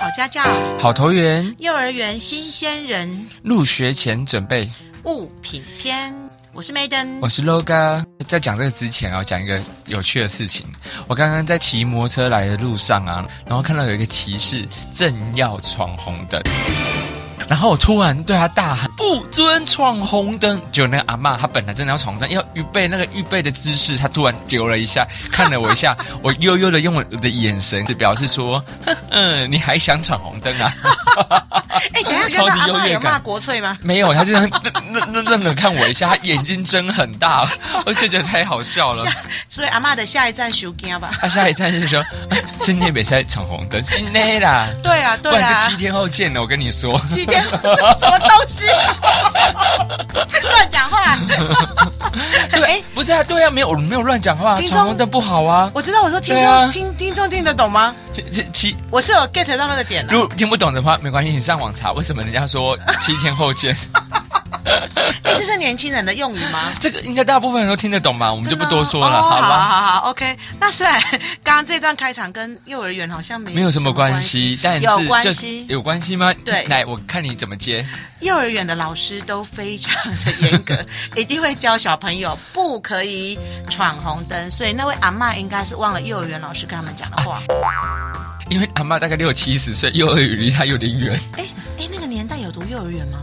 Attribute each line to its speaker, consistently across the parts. Speaker 1: 好家教、
Speaker 2: 好投缘。
Speaker 1: 幼儿园新鲜人
Speaker 2: 入学前准备，
Speaker 1: 物品篇。我是 Maiden，
Speaker 2: 我是 LOGA。在讲这个之前啊，讲一个有趣的事情。我刚刚在骑摩托车来的路上啊，然后看到有一个骑士正要闯红灯，然后我突然对他大喊：“不准闯红灯！”就那个阿嬷，她本来真的要闯红灯，要预备那个预备的姿势，她突然丢了一下，看了我一下，我悠悠的用我的眼神表示说：“哼嗯，你还想闯红灯啊？”
Speaker 1: 哎、等一下，
Speaker 2: 超级
Speaker 1: 阿妈
Speaker 2: 优越
Speaker 1: 有骂
Speaker 2: 感
Speaker 1: 国粹吗？
Speaker 2: 没有，他就这样愣愣愣愣的看我一下，他眼睛睁很大，我就觉得太好笑了。
Speaker 1: 所以阿妈的下一站修家吧。
Speaker 2: 他下一站就是说，今天比赛闯红灯，今天啦，
Speaker 1: 对啦，
Speaker 2: 不
Speaker 1: 对
Speaker 2: 然就
Speaker 1: 啦
Speaker 2: 七，天后见了。我跟你说，
Speaker 1: 七天 什么东西？乱讲话。
Speaker 2: 对，
Speaker 1: 哎
Speaker 2: 不是啊，对啊，没有，我没有乱讲话，
Speaker 1: 听众
Speaker 2: 闯红灯不好啊。
Speaker 1: 我知道，我说听
Speaker 2: 对啊
Speaker 1: 众听听众听得懂吗？
Speaker 2: 这这七，
Speaker 1: 我是有 get 到那个点啊了。
Speaker 2: 如果听不懂的话，没关系，你上网查为什么人家说七天后见，
Speaker 1: 哎、这是年轻人的用语吗？
Speaker 2: 这个应该大部分人都听得懂吧？我们就不多说了，
Speaker 1: 真的哦
Speaker 2: 好
Speaker 1: 好
Speaker 2: 吧？
Speaker 1: 好好好，OK。那虽然刚刚这段开场跟幼儿园好像没
Speaker 2: 没有什么关
Speaker 1: 系，
Speaker 2: 系，但是
Speaker 1: 有关
Speaker 2: 就是
Speaker 1: 系
Speaker 2: 有关系吗？
Speaker 1: 对
Speaker 2: 来，我看你怎么接。
Speaker 1: 幼儿园的老师都非常的严格， 一定会教小朋友不可以闯红灯。所以那位阿嬷应该是忘了幼儿园老师跟他们讲的话。
Speaker 2: 啊因为阿妈大概六七十岁，幼儿园离她有点远。
Speaker 1: 哎哎，那个年代有读幼儿园吗？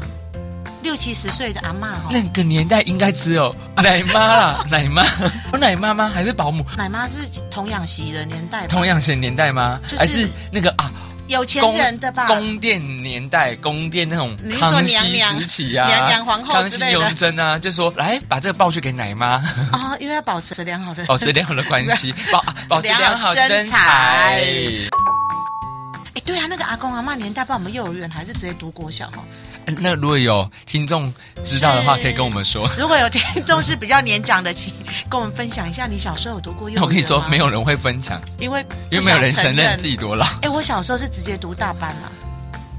Speaker 1: 六七十岁的阿嬷哦，
Speaker 2: 那个年代应该只有
Speaker 1: 啊
Speaker 2: 奶 妈啦，奶妈，有奶妈吗？还是保姆？
Speaker 1: 奶妈是童养媳的年代吧，
Speaker 2: 童养媳年代吗？
Speaker 1: 就是
Speaker 2: 还是那个啊，
Speaker 1: 有钱
Speaker 2: 宫
Speaker 1: 人的吧？
Speaker 2: 宫殿年代，宫殿那种
Speaker 1: 你是说
Speaker 2: 康
Speaker 1: 娘
Speaker 2: 熙
Speaker 1: 娘
Speaker 2: 时期啊，
Speaker 1: 娘娘皇后
Speaker 2: 康
Speaker 1: 之
Speaker 2: 熙
Speaker 1: 类的
Speaker 2: 雍正啊，就说来把这个抱去给 奶妈，
Speaker 1: 啊、因为要保持良好的
Speaker 2: 保持良好的关系，保保持良好
Speaker 1: 良好
Speaker 2: 身
Speaker 1: 身
Speaker 2: 材
Speaker 1: 材。哎，对啊，那个阿公阿妈年代，不知道我们幼儿园还是直接读国小哦。
Speaker 2: 哎那如果有听众知道的话，
Speaker 1: 是
Speaker 2: 可以跟我们说。
Speaker 1: 如果有听众是比较年长的，请跟我们分享一下你小时候有读过幼儿园
Speaker 2: 那我跟你说，没
Speaker 1: 有，
Speaker 2: 有人会分享，
Speaker 1: 因为
Speaker 2: 因为没有人
Speaker 1: 不想
Speaker 2: 承
Speaker 1: 承
Speaker 2: 认自己。多老。
Speaker 1: 哎，我小时候是直接读大班啊，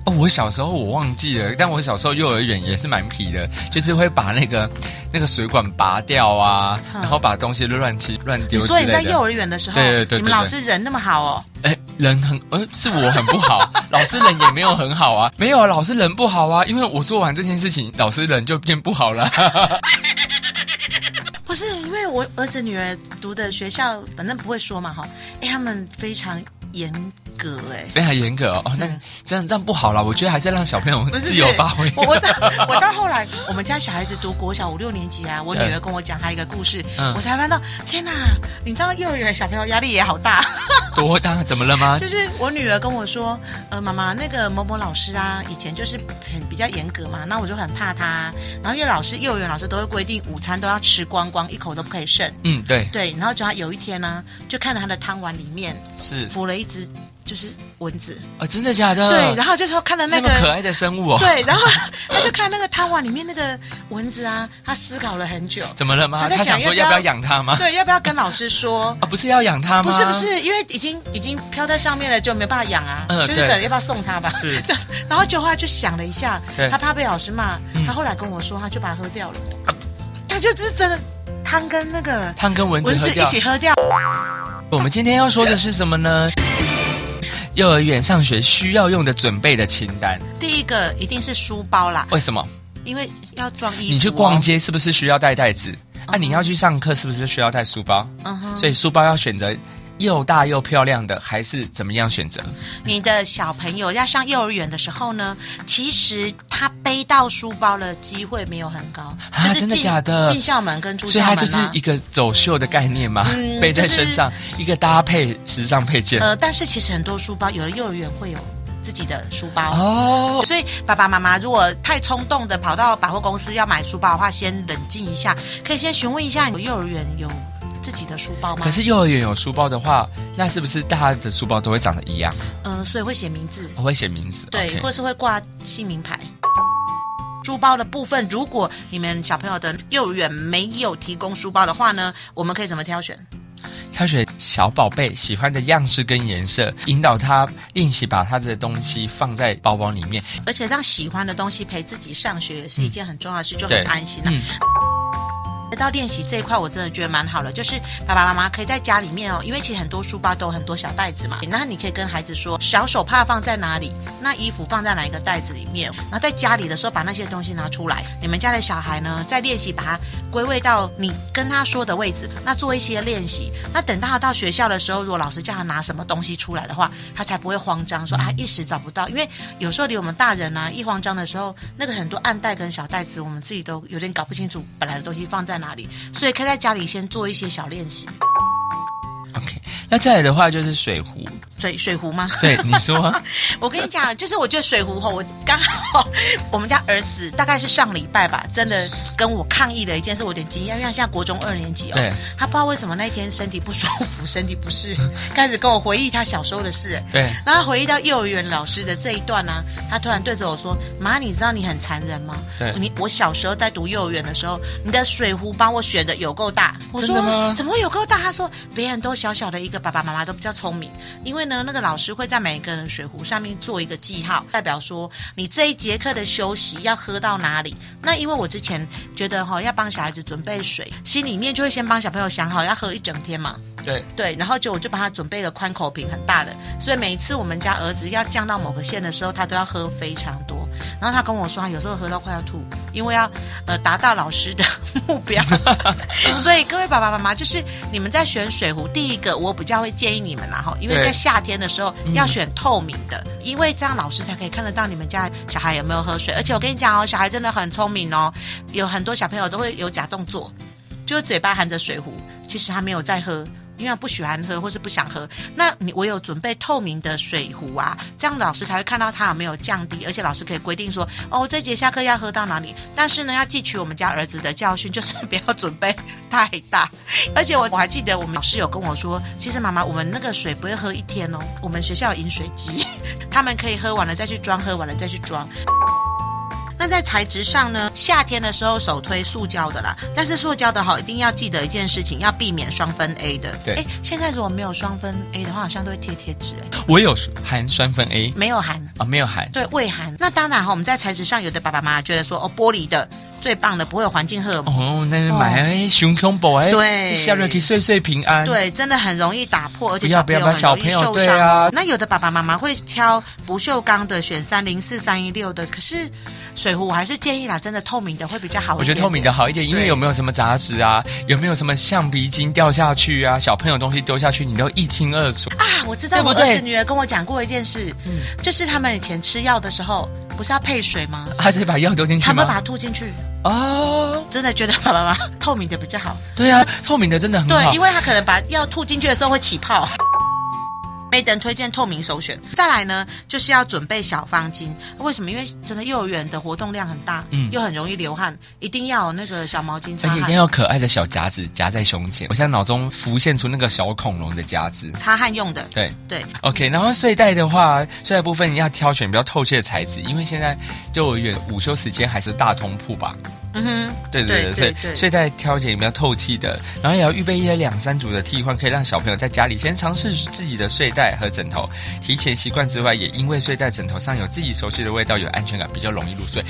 Speaker 2: 哦，我小时候我忘记了，但我小时候幼儿园也是蛮皮的，就是会把那个那个水管拔掉啊，
Speaker 1: 嗯
Speaker 2: 然后把东西乱七乱丢之
Speaker 1: 所以
Speaker 2: 类
Speaker 1: 你在幼
Speaker 2: 的。
Speaker 1: 儿园的时候，
Speaker 2: 对对对对
Speaker 1: 你们老师人那么好哦，
Speaker 2: 哎，人很，呃，是我很不 好，老师人也没有很好啊，没有啊，老师人不好啊，因为我做完这件事情，老师人就变不好 了。
Speaker 1: 不是因为我儿子女儿读的学校，反正不会说嘛哈，哎，他们非常严格哎。
Speaker 2: 非常严格哦，哦那这样这样不好啦，我觉得还是让小朋友
Speaker 1: 嗯不是
Speaker 2: 自由发挥。
Speaker 1: 我我到我到后来，我们家小孩子读国小五六年级啊，我女
Speaker 2: 对
Speaker 1: 儿跟我讲她一个故事，
Speaker 2: 嗯
Speaker 1: 我才翻到，天哪！你知道幼儿园小朋友压力也好大，
Speaker 2: 多大？怎么了吗？
Speaker 1: 就是我女儿跟我说，呃，妈妈，那个某某老师啊，以前就是很比较严格嘛，那我就很怕他。然后因为老师幼儿园老师都会规定午餐都要吃光光，一口都不可以剩。
Speaker 2: 嗯，对，
Speaker 1: 对，然后就他有一天呢、就看到他的汤碗里面
Speaker 2: 是
Speaker 1: 浮了一只就是蚊子，
Speaker 2: 哦，真的假的？
Speaker 1: 对，然后就说看到那个
Speaker 2: 那么可爱的生物哦，
Speaker 1: 对，然后 他就看那个汤碗里面那个蚊子啊，他思考了很 久，
Speaker 2: 怎么了吗？
Speaker 1: 他在
Speaker 2: 他想
Speaker 1: 想
Speaker 2: 说要
Speaker 1: 要
Speaker 2: 不
Speaker 1: 不
Speaker 2: 要
Speaker 1: 要
Speaker 2: 养它吗？
Speaker 1: 对，要不要跟老师说？
Speaker 2: 啊，不是要养它吗？
Speaker 1: 不是不是，因为已经已经飘在上面了，就没办法养啊，
Speaker 2: 嗯
Speaker 1: 就是
Speaker 2: 对
Speaker 1: 可能要不要送他吧？
Speaker 2: 是
Speaker 1: 然后就后来就想了一下
Speaker 2: 对，
Speaker 1: 他怕被老师骂
Speaker 2: 嗯，
Speaker 1: 他后来跟我说，他就把它喝掉了。他就是真的汤跟那个
Speaker 2: 汤跟蚊子
Speaker 1: 蚊
Speaker 2: 合
Speaker 1: 子一
Speaker 2: 掉。
Speaker 1: 起喝掉。
Speaker 2: 我们今天要说的是什么呢？幼儿园上学需要用的准备的清单，
Speaker 1: 第一个一定是书包啦，
Speaker 2: 为什么？
Speaker 1: 因为要装衣服哦。
Speaker 2: 你去逛街是不是需要带袋子？啊，你要去上课是不是需要带书包？
Speaker 1: 嗯哼，
Speaker 2: 所以书包要选择又大又漂亮的，还是怎么样选择？
Speaker 1: 你的小朋友要上幼儿园的时候呢，其实他背到书包的机会没有很高，
Speaker 2: 啊
Speaker 1: 就是
Speaker 2: 真的
Speaker 1: 进
Speaker 2: 假的
Speaker 1: 进校门跟出
Speaker 2: 所以
Speaker 1: 校
Speaker 2: 它
Speaker 1: 门啊
Speaker 2: 就是
Speaker 1: 嘛
Speaker 2: 一个走秀的概念嘛，
Speaker 1: 嗯
Speaker 2: 背在
Speaker 1: 就是
Speaker 2: 身上一个搭配时尚配件。
Speaker 1: 呃，但是其实很多书包，有的幼儿园会有自己的书包。
Speaker 2: 哦，
Speaker 1: 所以爸爸妈妈如果太冲动的跑到百货公司要买书包的话，先冷静一下，可以先询问一下幼儿园有自己的书包吗
Speaker 2: 可？是幼儿园有书包的话，那是不是大家的书包都会长得一样？
Speaker 1: 嗯、所以会写名字，
Speaker 2: 我会写名字，
Speaker 1: 对
Speaker 2: OK
Speaker 1: 或是会挂姓名牌。书包的部分，如果你们小朋友的幼儿园没有提供书包的话呢，我们可以怎么挑选？
Speaker 2: 挑选小宝贝喜欢的样式跟颜色，引导他练习把他的东西放在包包里面。
Speaker 1: 而
Speaker 2: 嗯
Speaker 1: 且让喜欢的东西陪自己上学也是一件很重要的事，就很啊
Speaker 2: 对
Speaker 1: 安心了、
Speaker 2: 嗯
Speaker 1: 到练习这一块，我真的觉得蛮好的，就是爸爸妈妈可以在家里面哦，因为其实很多书包都有很多小袋子嘛，那你可以跟孩子说小手帕放在哪里，那衣服放在哪一个袋子里面，然后在家里的时候把那些东西拿出来。你们家的小孩呢，在练习把它归位到你跟他说的位置，那做一些练习。那等到他到学校的时候，如果老师叫他拿什么东西出来的话，他才不会慌张说啊一时找不到，因为有时候离我们大人啊一慌张的时候，那个很多暗袋跟小袋子，我们自己都有点搞不清楚本来的东西放在哪里，所以可以在家里先做一些小练习。
Speaker 2: OK，那再来的话就是水壶，
Speaker 1: 水水壶吗？
Speaker 2: 对你说啊，
Speaker 1: 我跟你讲，就是我觉得水壶吼，我刚好我们家儿子大概是上礼拜吧，真的跟我抗议了一件事，我有点惊讶，因为他现在国中二年级哦
Speaker 2: 对，
Speaker 1: 他不知道为什么那一天身体不舒服，身体不适，开始跟我回忆他小时候的事。
Speaker 2: 对
Speaker 1: 然后他回忆到幼儿园老师的这一段呢、啊他突然对着我说：“妈，你知道你很残忍吗？
Speaker 2: 对
Speaker 1: 你我小时候在读幼儿园的时候，你的水壶帮我选的有够大。”我说
Speaker 2: 哦真的吗：“
Speaker 1: 怎么会有够大？”他说：“别人都小小的一个，爸爸妈妈都比较聪明，因为呢，那个老师会在每个人水壶上面做一个记号，代表说你这一节课的休息要喝到哪里。那因为我之前觉得哈、要帮小孩子准备水，心里面就会先帮小朋友想好要喝一整天嘛。”
Speaker 2: 对，
Speaker 1: 对，然后就我就帮他准备了宽口瓶，很大的，所以每一次我们家儿子要降到某个线的时候，他都要喝非常多。然后他跟我说，他有时候喝到快要吐，因为要呃达到老师的 目标。所以各位爸爸妈妈，就是你们在选水壶，第一个我比较会建议你们啦哈，因为
Speaker 2: 对
Speaker 1: 在夏天的时候要选透明的，因为这样老师才可以看得到你们家小孩有没有喝水。而且我跟你讲哦，小孩真的很聪明哦，有很多小朋友都会有假动作，就是嘴巴含着水壶，其实他没有在喝。因为他不喜欢喝或是不想喝，那你我有准备透明的水壶啊，这样老师才会看到他有没有降低，而且老师可以规定说，哦，这节下课要喝到哪里。但是呢，要汲取我们家儿子的教训，就是不要准备太大。 而且我我还记得我们老师有跟我说，其实妈妈，我们那个水不会喝一天哦，我们学校有饮水机，他们可以喝完了再去装，喝完了再去装。那在材质上呢，夏天的时候首推塑胶的啦，但是塑胶的哈，一定要记得一件事情，要避免双酚 A 的。
Speaker 2: 对
Speaker 1: 哎，现在如果没有双酚 A 的话，好像都会贴贴纸，哎，
Speaker 2: 我有含酸酚 A
Speaker 1: 没有含。
Speaker 2: 啊，没有含，
Speaker 1: 对，胃寒。那当然哈，我们在材质上，有的爸爸妈妈觉得说，哦，玻璃的最棒的，不会有环境荷尔蒙。
Speaker 2: 哦，那边买哎熊胸宝哎，
Speaker 1: 对
Speaker 2: 下面可以岁岁平安，，
Speaker 1: 对，真的很容易打破，而且
Speaker 2: 嗯不
Speaker 1: 小朋
Speaker 2: 要不要
Speaker 1: 友
Speaker 2: 把
Speaker 1: 很
Speaker 2: 小
Speaker 1: 容
Speaker 2: 朋
Speaker 1: 易
Speaker 2: 友
Speaker 1: 受
Speaker 2: 对
Speaker 1: 伤、
Speaker 2: 啊
Speaker 1: 哦。那有的爸爸妈妈会挑不锈钢的，选三零四、三一六的。可是水壶我还是建议啦，真的透明的会比较好一点。
Speaker 2: 我觉得透明的好一点，因为
Speaker 1: 对
Speaker 2: 有没有什么杂质啊，有没有什么橡皮筋掉下去啊，小朋友东西丢下去，你都一清二楚。
Speaker 1: 啊，我知道
Speaker 2: 对不嗯
Speaker 1: 我
Speaker 2: 对
Speaker 1: 儿子女儿跟我讲过一件事，就是他们以前吃药的时候，不是要配水吗？
Speaker 2: 他是把药丢进去
Speaker 1: 他们把它
Speaker 2: 吗？
Speaker 1: 吐进去，
Speaker 2: 哦，
Speaker 1: 真的觉得爸爸妈妈透明的比较好。
Speaker 2: 对啊，透明的真的很好
Speaker 1: 对，因。为他可能把药吐进去的时候会起泡。Maiden 推荐透明首选，再来呢就是要准备小方巾。为什么？因为真的幼儿园的活动量很大，
Speaker 2: 嗯
Speaker 1: 又很容易流汗，一定要有那个小毛巾
Speaker 2: 而
Speaker 1: 擦
Speaker 2: 且一定
Speaker 1: 汗。
Speaker 2: 要有可爱的小夹子夹在胸前，我现在脑中浮现出那个小恐龙的夹子。
Speaker 1: 擦汗用的，
Speaker 2: 对
Speaker 1: 对，
Speaker 2: ，OK，然后睡袋的话，睡袋部分你要挑选比较透气的材质，因为现在就我远午休时间还是大通铺吧。
Speaker 1: 嗯哼，
Speaker 2: 对对
Speaker 1: 对
Speaker 2: 对，所
Speaker 1: 对
Speaker 2: 以
Speaker 1: 对
Speaker 2: 睡袋挑选比较透气的，然后也要预备一些两三组的替换，可以让小朋友在家里先尝试自己的睡袋和枕头，提前习惯之外，也因为睡袋枕头上有自己熟悉的味道，有安全感，比较容易入睡。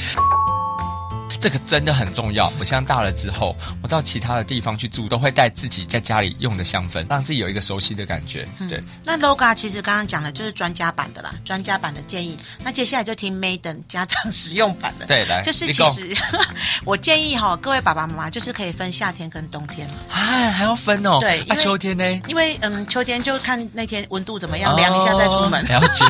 Speaker 2: 这个真的很重要。我像大了之后，我到其他的地方去住，都会带自己在家里用的香氛，让自己有一个熟悉的感觉。
Speaker 1: 嗯
Speaker 2: 对，
Speaker 1: 那 LOGA 其实刚刚讲的就是专家版的啦，专家版的建议。那接下来就听 Maiden 家长实用版的。
Speaker 2: 对来
Speaker 1: 就是
Speaker 2: 你
Speaker 1: 其
Speaker 2: 讲
Speaker 1: 实 我建议哈、各位爸爸妈妈就是可以分夏天跟冬天，
Speaker 2: 啊，还要分哦。
Speaker 1: 对因
Speaker 2: 那、
Speaker 1: 为
Speaker 2: 秋天呢？
Speaker 1: 因为嗯，秋天就看那天温度怎么样，量一下再出门。
Speaker 2: 哦了解。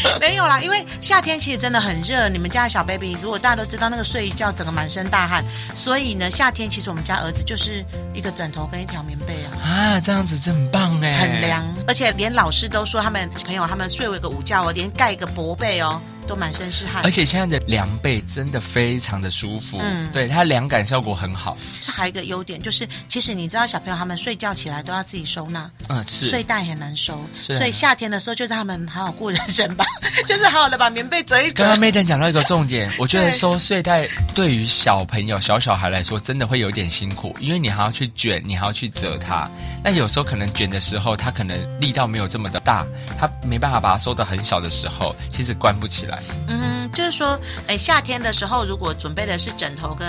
Speaker 1: 没有啦，因为夏天其实真的很热。你们家的小 baby，如果大家都知道那个睡一觉整个满身大汗，所以呢，夏天其实我们家儿子就是一个枕头跟一条棉被啊。
Speaker 2: 啊，这样子真很棒哎，
Speaker 1: 很凉，而且连老师都说他们朋友他们睡了个午觉哦，连盖个薄被哦，都满身是汗
Speaker 2: 而。且现在的凉被真的非常的舒服，
Speaker 1: 嗯
Speaker 2: 对它凉感效果很好。
Speaker 1: 这还有一个优点就是，其实你知道小朋友他们睡觉起来都要自己收纳，
Speaker 2: 嗯，是
Speaker 1: 睡袋很难收，
Speaker 2: 是
Speaker 1: 所以夏天的时候就让他们好好过人生吧， 就是好好的把棉被折一折
Speaker 2: 刚。刚 Maiden 讲到一个 重点，我觉得
Speaker 1: 对
Speaker 2: 收睡袋对于小朋友、小小孩来说，真的会有点辛苦，因为你还要去卷，你还要去折它。那有时候可能卷的时候，它可能力道没有这么的大，它没办法把它收得很小的时候，其实关不起来。
Speaker 1: 嗯，就是说，哎，夏天的时候如果准备的是枕头跟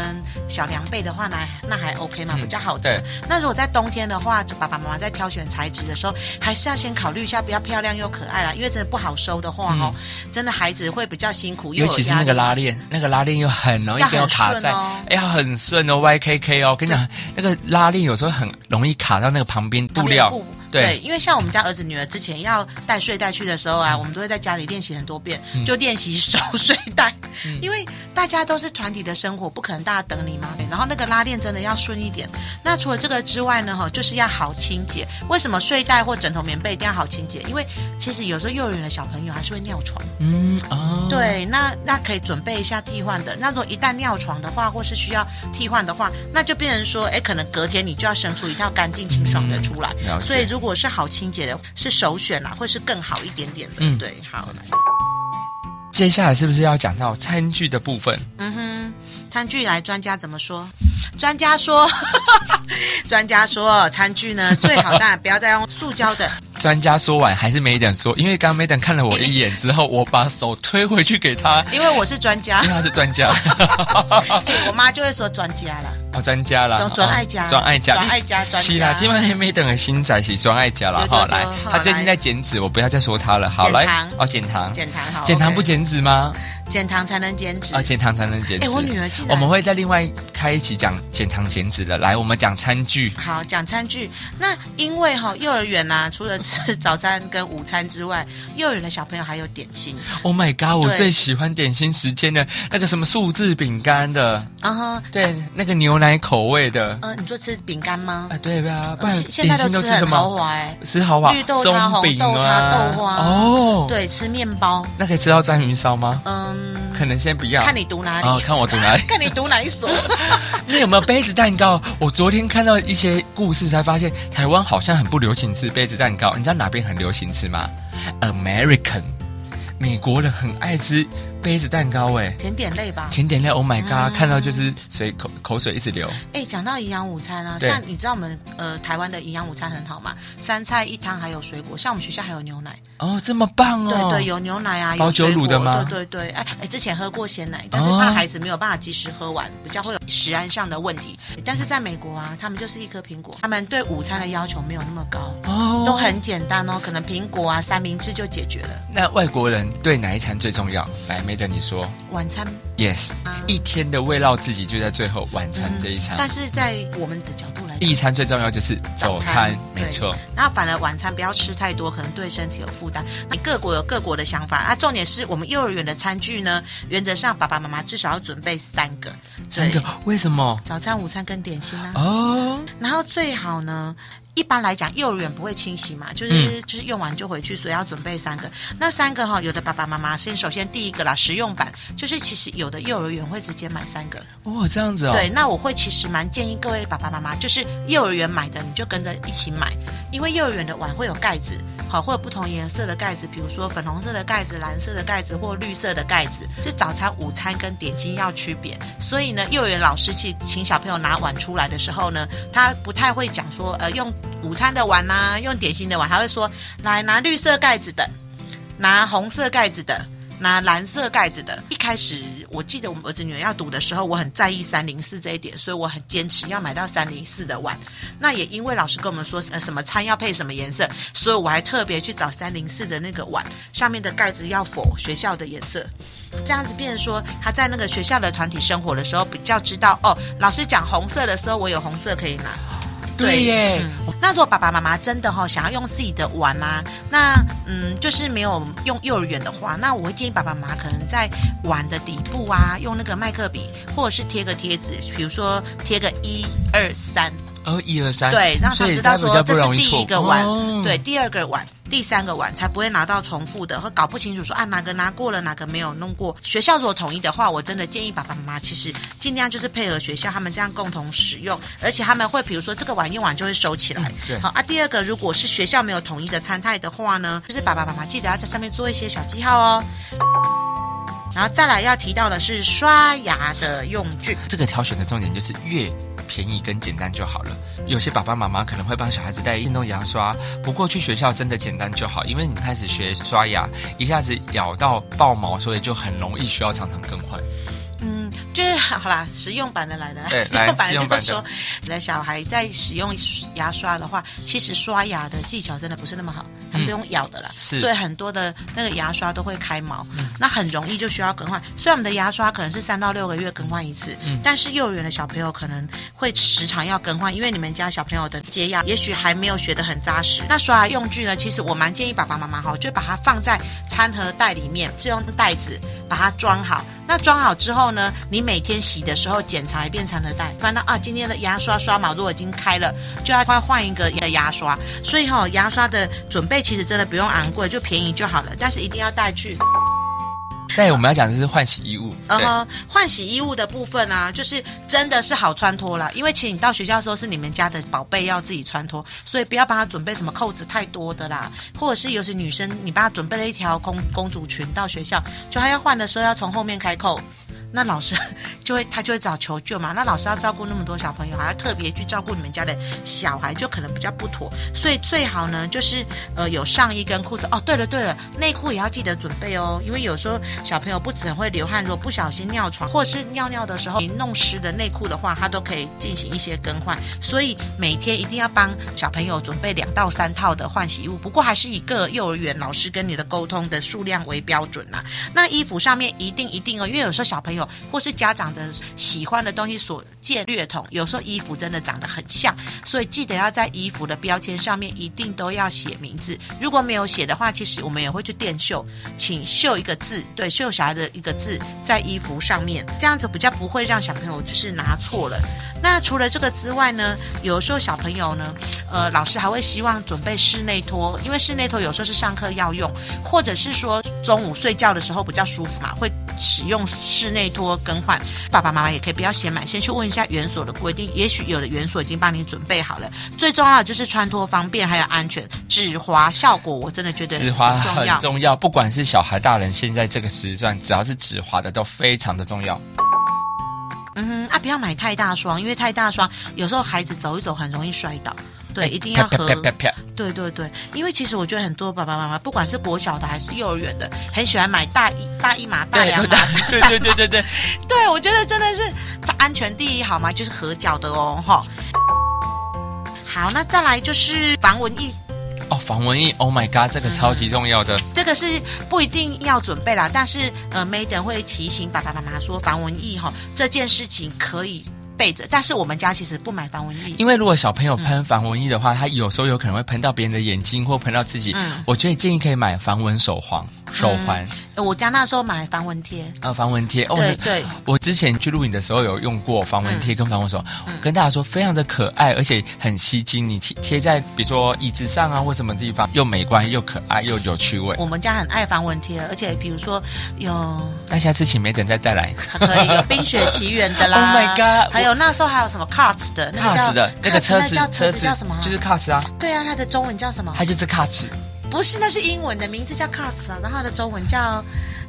Speaker 1: 小凉被的话呢，那还 OK 嘛，
Speaker 2: 嗯
Speaker 1: 比较好
Speaker 2: 对
Speaker 1: 折。那如果在冬天的话，就爸爸妈妈在挑选材质的时候，还是要先考虑一下，比较漂亮又可爱啦，因为真的不好收的话哦，真的孩子会比较辛苦，又
Speaker 2: 嗯尤
Speaker 1: 有
Speaker 2: 其是
Speaker 1: 压
Speaker 2: 那个
Speaker 1: 力
Speaker 2: 拉链，那个拉链又很容易
Speaker 1: 要
Speaker 2: 跟我
Speaker 1: 很
Speaker 2: 卡
Speaker 1: 顺
Speaker 2: 在，
Speaker 1: 哦
Speaker 2: 哎，要很顺哦，YKK 哦。我跟你讲，那个拉链有时候很容易卡到那个旁边布
Speaker 1: 旁边
Speaker 2: 料，
Speaker 1: 布对，
Speaker 2: 对，
Speaker 1: 因为像我们家儿子女儿之前要带睡袋去的时候啊，
Speaker 2: 嗯
Speaker 1: 我们都会在家里练习很多遍，就练习收睡袋，
Speaker 2: 嗯
Speaker 1: 因为大家都是团体的生活，不可能大家等你嘛。然后那个拉链真的要顺一点。那除了这个之外呢，哈，就是要好清洁。为什么睡袋或枕头、棉被一定要好清洁？因为其实有时候幼儿园的小朋友还是会尿床。
Speaker 2: 嗯哦，，
Speaker 1: 对，那那可以准备一下替换的。那如果一旦尿床的话，或是需要替换的话，那就变成说，哎，可能隔天你就要生出一套干净清爽的出来。
Speaker 2: 嗯了解
Speaker 1: 所以如果是好清洁的，是首选啦，会是更好一点点的。
Speaker 2: 嗯
Speaker 1: 对，好，
Speaker 2: 接下来是不是要讲到餐具的部分？
Speaker 1: 嗯哼，餐具来，专家怎么说？专家说， 专家说，餐具呢最好当然不要再用塑胶的，
Speaker 2: 专家说完还是没等说，因为刚刚没等看了我一眼之后，我把手推回去 给他，
Speaker 1: 因为我是专家
Speaker 2: 因为，他是专家，
Speaker 1: 哎我妈就会说专家啦，
Speaker 2: 哦，专家啦，哦
Speaker 1: 专专爱家，
Speaker 2: 专爱家，
Speaker 1: 专爱家，专
Speaker 2: 是啦，
Speaker 1: 家，
Speaker 2: 基本上没等的新仔是专爱家
Speaker 1: 对
Speaker 2: 了
Speaker 1: 对
Speaker 2: 哈。
Speaker 1: 对
Speaker 2: 来
Speaker 1: 好，
Speaker 2: 他最近
Speaker 1: 来
Speaker 2: 在减脂，我不要再说他了。好，
Speaker 1: 减
Speaker 2: 来
Speaker 1: 糖，
Speaker 2: 哦，减糖，
Speaker 1: 减糖好，
Speaker 2: 减糖
Speaker 1: OK
Speaker 2: 不减脂吗？
Speaker 1: 减糖才能减脂
Speaker 2: 啊，。减糖才能减脂。
Speaker 1: 哎我女儿竟然
Speaker 2: 我们会在另外开一期讲减糖减脂的。来，我们讲餐具，
Speaker 1: 好，讲餐具。那因为哈、幼儿园呐、除了吃早餐跟午餐之外，幼儿园的小朋友还有点心。
Speaker 2: Oh my god！我
Speaker 1: 对
Speaker 2: 最喜欢点心时间的那个什么数字饼干的，
Speaker 1: 嗯哼，
Speaker 2: 对，那个牛奶口味的，
Speaker 1: 呃，你说吃饼干吗？
Speaker 2: 啊，对吧？不
Speaker 1: 呃
Speaker 2: 然
Speaker 1: 现现在
Speaker 2: 点心
Speaker 1: 吃
Speaker 2: 吃什
Speaker 1: 很豪
Speaker 2: 么？
Speaker 1: 华哎、
Speaker 2: 吃好不好？
Speaker 1: 绿豆汤、
Speaker 2: 松
Speaker 1: 红
Speaker 2: 饼
Speaker 1: 豆汤、
Speaker 2: 啊，
Speaker 1: 豆花
Speaker 2: 哦，，
Speaker 1: 对，吃面包。
Speaker 2: 那可以吃到章鱼烧吗？
Speaker 1: 嗯，
Speaker 2: 可能先不要。
Speaker 1: 看你读哪里，。
Speaker 2: 哦，看我读哪里
Speaker 1: 看你读哪一所。
Speaker 2: 那有没有杯子蛋糕？我昨天看到一些故事，才发现台湾好像很不流行吃杯子蛋糕。你知道哪边很流行吃吗？American，美国人很爱吃杯子蛋糕。哎，
Speaker 1: 甜点类吧。
Speaker 2: 甜点类，Oh my god！、看到就是水口口水一直流。
Speaker 1: 哎，讲到营养午餐啊，
Speaker 2: 对
Speaker 1: 像你知道我们呃台湾的营养午餐很好嘛，三菜一汤还有水果，像我们学校还有牛奶。
Speaker 2: 哦，这么棒哦！
Speaker 1: 对对，有牛奶啊，
Speaker 2: 包
Speaker 1: 有水
Speaker 2: 酒乳
Speaker 1: 果
Speaker 2: 的吗哦
Speaker 1: 对对对，哎哎，之前喝过鲜奶，但是怕孩子没有办法及时喝完，比较会有食安上的问题。但是在美国啊，他们就是一颗苹果，他们对午餐的要求没有那么高，
Speaker 2: 哦，
Speaker 1: 都很简单哦，可能苹果啊三明治就解决了。
Speaker 2: 那外国人对哪一餐最重要？来，没等你说
Speaker 1: 晚餐，
Speaker 2: ，yes，
Speaker 1: 啊
Speaker 2: 一天的慰劳自己就在最后晚餐这一餐。
Speaker 1: 嗯但是在我们的角度来讲
Speaker 2: 一。餐最重要就是早
Speaker 1: 早
Speaker 2: 餐
Speaker 1: 餐，
Speaker 2: 没错。
Speaker 1: 然后反而晚餐不要吃太多，可能对身体有负担。你各国有各国的想法啊。重点是我们幼儿园的餐具呢，原则上爸爸妈妈至少要准备三个，
Speaker 2: 三个
Speaker 1: 对
Speaker 2: 为什么？
Speaker 1: 早餐、午餐跟点心啊。
Speaker 2: 哦，
Speaker 1: 然后最好呢，一般来讲，幼儿园不会清洗嘛，就是、就是用完就回去，所以要准备三个。那三个哈、有的爸爸妈妈先首先第一个啦，实用版，就是其实有的幼儿园会直接买三个。
Speaker 2: 哦，这样子哦，
Speaker 1: 对，那我会其实蛮建议各位爸爸妈妈，就是幼儿园买的你就跟着一起买，因为幼儿园的碗会有盖子。好，会有不同颜色的盖子，比如说粉红色的盖子、蓝色的盖子或绿色的盖子。这早餐、午餐跟点心要区别。所以呢，幼儿园老师去请小朋友拿碗出来的时候呢，他不太会讲说，呃，用午餐的碗呐、用点心的碗，他会说，来拿绿色盖子的，拿红色盖子的，拿蓝色盖子的。一开始我记得我们儿子女儿要读的时候，我很在意三零四这一点，所以我很坚持要买到三零四的碗。那也因为老师跟我们说，呃，什么餐要配什么颜色，所以我还特别去找三零四的那个碗，上面的盖子要否学校的颜色。这样子变成说，他在那个学校的团体生活的时候，比较知道哦。老师讲红色的时候，我有红色可以拿。
Speaker 2: 对耶，
Speaker 1: 那如果爸爸妈妈真的哈、想要用自己的碗啊，那嗯就是没有用幼儿园的话，那我会建议爸爸妈妈可能在碗的底部啊，用那个麦克笔或者是贴个贴纸，比如说贴个一二三，
Speaker 2: 哦，一二三，
Speaker 1: 对，让他
Speaker 2: 所以
Speaker 1: 知道
Speaker 2: 比
Speaker 1: 说
Speaker 2: 较
Speaker 1: 这
Speaker 2: 不
Speaker 1: 是
Speaker 2: 容易
Speaker 1: 第
Speaker 2: 错
Speaker 1: 一个碗，
Speaker 2: 哦
Speaker 1: 对，第二个碗。第三个碗才不会拿到重复的，或搞不清楚说啊哪个拿过了，哪个没有弄过。学校如果统一的话，我真的建议爸爸妈妈其实尽量就是配合学校，他们这样共同使用，而且他们会比如说这个碗用完就会收起来。
Speaker 2: 嗯对
Speaker 1: 好啊。第二个，如果是学校没有统一的餐态的话呢，就是爸爸妈妈记得要在上面做一些小记号哦。然后再来要提到的是刷牙的用具。
Speaker 2: 这个挑选的重点就是越便宜跟简单就好了。有些爸爸妈妈可能会帮小孩子带运动牙刷，不过去学校真的简单就好，因为你开始学刷牙，一下子咬到爆毛，所以就很容易需要常常更换。
Speaker 1: 嗯，就是好啦，实用版的来了
Speaker 2: 对。
Speaker 1: 实
Speaker 2: 来
Speaker 1: 用版的
Speaker 2: 实用
Speaker 1: 这个
Speaker 2: 版的
Speaker 1: 说，那小孩在使用牙刷的话，其实刷牙的技巧真的不是那么好，他们都用咬的啦，
Speaker 2: 嗯是嗯
Speaker 1: 所以很多的那个牙刷都会开毛，那很容易就需要更换。虽然我们的牙刷可能是三到六个月更换一次，
Speaker 2: 嗯
Speaker 1: 但是幼儿园的小朋友可能会时常要更换，因为你们家小朋友的洁牙也许还没有学得很扎实。那刷牙用具呢，其实我蛮建议爸爸妈妈哈，就把它放在餐盒袋里面，就用袋子把它装好。那装好之后呢，你每天洗的时候检查一遍餐盒袋，翻到啊，今天的牙刷刷毛如果已经开了，就要换换一个牙刷。所以哈、牙刷的准备其实真的不用昂贵，就便宜就好了，但是一定要带去。
Speaker 2: 再我们要讲的是换洗衣物，
Speaker 1: 嗯
Speaker 2: 对，
Speaker 1: 哼，换洗衣物的部分啊，就是真的是好穿脱啦，因为其实你到学校的时候是你们家的宝贝要自己穿脱，所以不要帮他准备什么扣子太多的啦，或者是有些女生你帮她准备了一条公公主裙到学校，就她要换的时候要从后面开扣。那老师 就会，他就会找求救嘛。那老师要照顾那么多小朋友，还要特别去照顾你们家的小孩，就可能比较不妥。所以最好呢，就是呃有上衣跟裤子。哦，对了对了，内裤也要记得准备哦，因为有时候小朋友不只会流汗，如果不小心尿床或者是尿尿的时候你弄湿的内裤的话，它都可以进行一些更换。所以每天一定要帮小朋友准备两到三套的换洗衣物，不过还是以各幼儿园老师跟你的沟通的数量为标准啦、那衣服上面一定一定哦，因为有时候小朋友或是家长的喜欢的东西所见略同，有时候衣服真的长得很像，所以记得要在衣服的标签上面一定都要写名字。如果没有写的话，其实我们也会去店绣，请绣一个字，对，绣小孩的一个字在衣服上面，这样子比较不会让小朋友就是拿错了。那除了这个之外呢，有时候小朋友呢，呃，老师还会希望准备室内拖，因为室内拖有时候是上课要用，或者是说中午睡觉的时候比较舒服嘛，会使用室内拖更换。爸爸妈妈也可以不要嫌满，先去问一下园所的规定，也许有的园所已经帮你准备好了。最重要的就是穿脱方便还有安全，止滑效果我真的觉得
Speaker 2: 止滑
Speaker 1: 很重
Speaker 2: 很
Speaker 1: 要。
Speaker 2: 重要，不管是小孩大人，现在这个时段，只要是止滑的都非常的重要。
Speaker 1: 嗯啊，不要买太大双，因为太大双有时候孩子走一走很容易摔倒。对，一定要
Speaker 2: 哎啪
Speaker 1: 合
Speaker 2: 啪啪啪啪，
Speaker 1: 对对对，因为其实我觉得很多爸爸妈妈，不管是国小的还是幼儿园的，很喜欢买大一大一码、大
Speaker 2: 对
Speaker 1: 两
Speaker 2: 对
Speaker 1: 码、大
Speaker 2: 对
Speaker 1: 三
Speaker 2: 对对对对，
Speaker 1: 对，我觉得真的是安全第一，好吗？就是合脚的哦，哈。好，那再来就是防蚊液，
Speaker 2: 哦，防蚊液，Oh my god，这个超级重要的。
Speaker 1: 这个是不一定要准备啦，但是呃，Maiden 会提醒爸爸妈妈说，防蚊液哈这件事情可以备着，但是我们家其实不买防蚊液，
Speaker 2: 因为如果小朋友
Speaker 1: 嗯
Speaker 2: 喷防蚊液的话，他有时候有可能会喷到别人的眼睛或喷到自己。
Speaker 1: 嗯
Speaker 2: 我觉得建议可以买防蚊手环、手环、
Speaker 1: 呃我家那时候买防蚊贴，
Speaker 2: 啊、防蚊贴。哦，
Speaker 1: 对
Speaker 2: 那
Speaker 1: 对，嗯
Speaker 2: 我之前去录影的时候有用过防蚊贴跟防蚊手，我跟大家说非常的可爱，而且很吸睛。你贴贴在比如说椅子上啊或什么地方，又美观又可爱又有趣味。
Speaker 1: 我们家很爱防蚊贴，而且比如说有
Speaker 2: 那下次请梅等再再来。
Speaker 1: 还可以有《冰雪奇缘》的啦
Speaker 2: Oh my god，
Speaker 1: 还有那时候还有什么 Cars 的，那个叫
Speaker 2: cars 的那个
Speaker 1: Cars，
Speaker 2: 车子
Speaker 1: 那叫，车
Speaker 2: 子
Speaker 1: 叫什么啊？
Speaker 2: 就是 cars 啊，
Speaker 1: 对啊，它的中文叫什么？
Speaker 2: 它就是 cars。
Speaker 1: 不是，那是英文的名字叫 Cars 啊，然后它的中文叫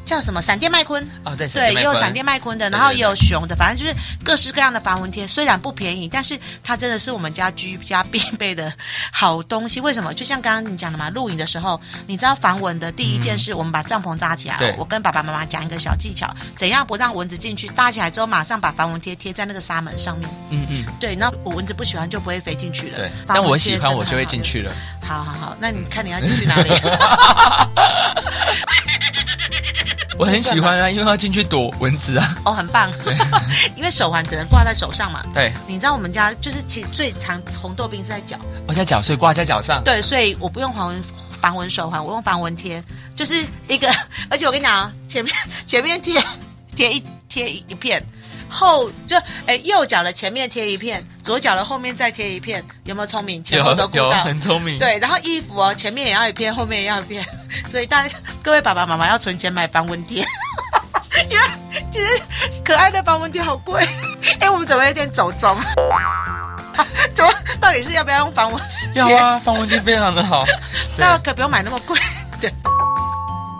Speaker 1: 叫什么？闪电麦昆。
Speaker 2: 哦，对，
Speaker 1: 对，也有闪
Speaker 2: 闪
Speaker 1: 电
Speaker 2: 电
Speaker 1: 麦昆的，
Speaker 2: 对对
Speaker 1: 然后也有熊的，反正就是各式各样的防蚊贴。虽然不便宜，但是它真的是我们家居家必备的好东西。为什么？就像刚刚你讲的嘛，露营的时候，你知道防蚊的第一件事，我们把帐篷搭起来
Speaker 2: 对。
Speaker 1: 我跟爸爸妈妈讲一个小技巧，怎样不让蚊子进去？搭起来之后，马上把防蚊贴贴在那个纱门上面。
Speaker 2: 嗯嗯，
Speaker 1: 对，那蚊子不喜欢就不会飞进去了。
Speaker 2: 对。
Speaker 1: 防蚊
Speaker 2: 但我
Speaker 1: 贴
Speaker 2: 喜
Speaker 1: 真
Speaker 2: 欢，
Speaker 1: 的
Speaker 2: 我就会
Speaker 1: 很好
Speaker 2: 进
Speaker 1: 用
Speaker 2: 去了。
Speaker 1: 好好好，那你看你要进去哪里？
Speaker 2: 我很喜欢啊，因为要进去躲蚊子啊。
Speaker 1: 哦，很棒， 因为手环只能挂在手上嘛。
Speaker 2: 对，
Speaker 1: 你知道我们家就是其实最常红豆冰是在脚，
Speaker 2: 我在脚，所以挂在脚上。
Speaker 1: 对，所以我不用防蚊防蚊手环，我用防蚊贴，就是一个， 而且我跟你讲、哦，前面 前面贴贴一贴一片，后就哎右脚的前面贴一片，左脚的后面再贴一片，有没有聪明？前后都
Speaker 2: 有
Speaker 1: 顾
Speaker 2: 有
Speaker 1: 到。
Speaker 2: 很聪明。，
Speaker 1: 对，然后衣服哦，前面也要一片，后面也要一片， 所以大家各位爸爸妈妈要存钱买防蚊贴， 因为其实可爱的防蚊贴好贵。 哎，我们怎么有点走中？ 怎么到底是要不要用防蚊？
Speaker 2: 要啊，防蚊贴非常的 好。对，
Speaker 1: 那可不用买那么贵。对，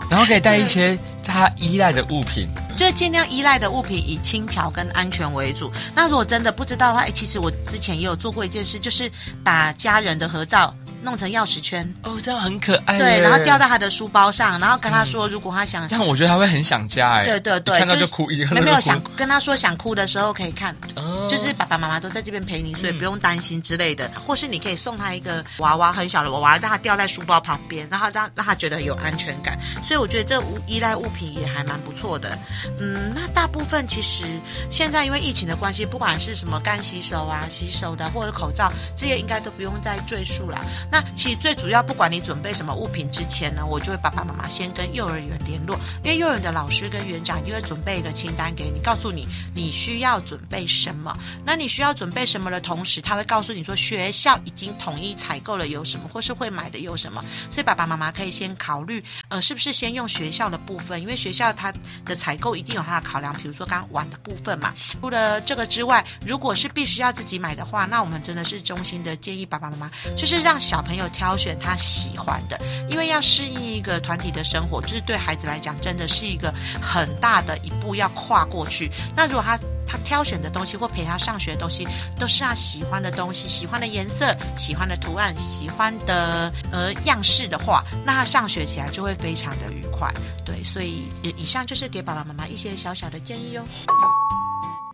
Speaker 2: 然后可以带一些他依赖的物品，
Speaker 1: 就是尽量依赖的物品以轻巧跟安全为主。那如果真的不知道的话，哎，其实我之前也有做过一件事，就是把家人的合照弄成钥匙圈，
Speaker 2: 哦，这样很可爱耶。
Speaker 1: 对，然后掉到他的书包上，然后跟他说，如果他想
Speaker 2: 这样我觉得他会很想家哎。
Speaker 1: 对对对，
Speaker 2: 一看到就是哭，一看
Speaker 1: 没有
Speaker 2: 到就
Speaker 1: 没有
Speaker 2: 哭
Speaker 1: 想跟他说想哭的时候可以看，
Speaker 2: 哦
Speaker 1: 就是爸爸妈妈都在这边陪你，所以不用担心之类的。或是你可以送他一个娃娃，很小的娃娃，让他掉在书包旁边，然后让让他觉得有安全感。所以我觉得这物依赖物品也还蛮不错的。嗯，那大部分其实现在因为疫情的关系，不管是什么干洗手啊、洗手的或者口罩这些，应该都不用再赘述了。那其实最主要，不管你准备什么物品之前呢，我就会爸爸妈妈先跟幼儿园联络，因为幼儿园的老师跟园长一定会准备一个清单给你，告诉你你需要准备什么。那你需要准备什么的同时，他会告诉你说学校已经统一采购了有什么，或是会买的有什么。所以爸爸妈妈可以先考虑，呃，是不是先用学校的部分，因为学校它的采购一定有它的考量，比如说刚刚碗的部分嘛。除了这个之外，如果是必须要自己买的话，那我们真的是衷心的建议爸爸妈妈，就是让小朋友挑选他喜欢的，因为要适应一个团体的生活，就是对孩子来讲，真的是一个很大的一步要跨过去。那如果他他挑选的东西或陪他上学的东西，都是他喜欢的东西、喜欢的颜色、喜欢的图案、喜欢的呃样式的话，那他上学起来就会非常的愉快。对，所以呃以上就是给爸爸妈妈一些小小的建议哟、哦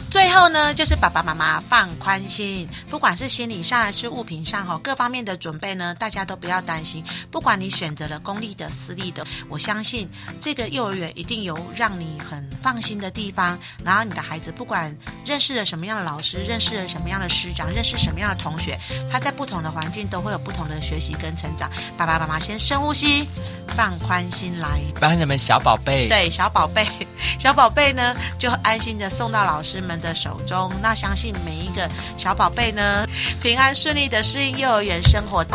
Speaker 1: 最后呢，就是爸爸妈妈放宽心，不管是心理上还是物品上哈，各方面的准备呢，大家都不要担心。不管你选择了公立的、私立的，我相信这个幼儿园一定有让你很放心的地方。然后你的孩子不管认识了什么样的老师，认识了什么样的师长，认识什么样的同学，他在不同的环境都会有不同的学习跟成长。爸爸妈妈先深呼吸，放宽心来。
Speaker 2: 帮你们小宝贝。
Speaker 1: 对，小宝贝， 小宝贝呢就安心的送到老师们的手中。那相信每一个小宝贝呢，平安顺利的适应幼儿园生活。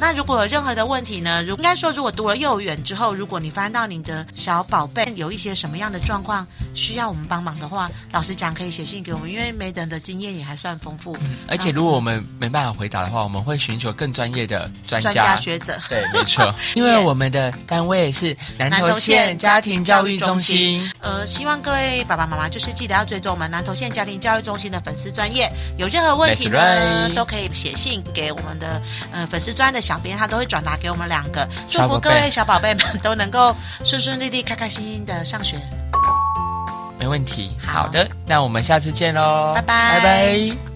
Speaker 1: 那如果有任何的问题呢？如应该说，如果读了幼儿园之后，如果你发现到你的小宝贝有一些什么样的状况需要我们帮忙的话，老实讲可以写信给我们，因为梅等的经验也还算丰富，
Speaker 2: 而且如果我们没办法回答的话，我们会寻求更专业的专
Speaker 1: 专家学者。
Speaker 2: 对，没 错，因为我们的单位是南
Speaker 1: 南
Speaker 2: 投
Speaker 1: 投
Speaker 2: 县
Speaker 1: 县
Speaker 2: 家庭教育中
Speaker 1: 中
Speaker 2: 心。
Speaker 1: 呃，希望各位爸爸妈妈就是记得要追踪我们南投县家庭教育中心的粉丝专业，有任何问题
Speaker 2: That's
Speaker 1: 呢
Speaker 2: right
Speaker 1: 都可以写信给我们的呃粉丝专的小编，他都会转达给我们两个。祝
Speaker 2: 小宝
Speaker 1: 福各
Speaker 2: 贝
Speaker 1: 位小宝贝们都能够顺顺利利、开开心心的上学。
Speaker 2: 没问题。
Speaker 1: 好
Speaker 2: 好的，那我们下次见喽，
Speaker 1: 拜拜
Speaker 2: 拜拜。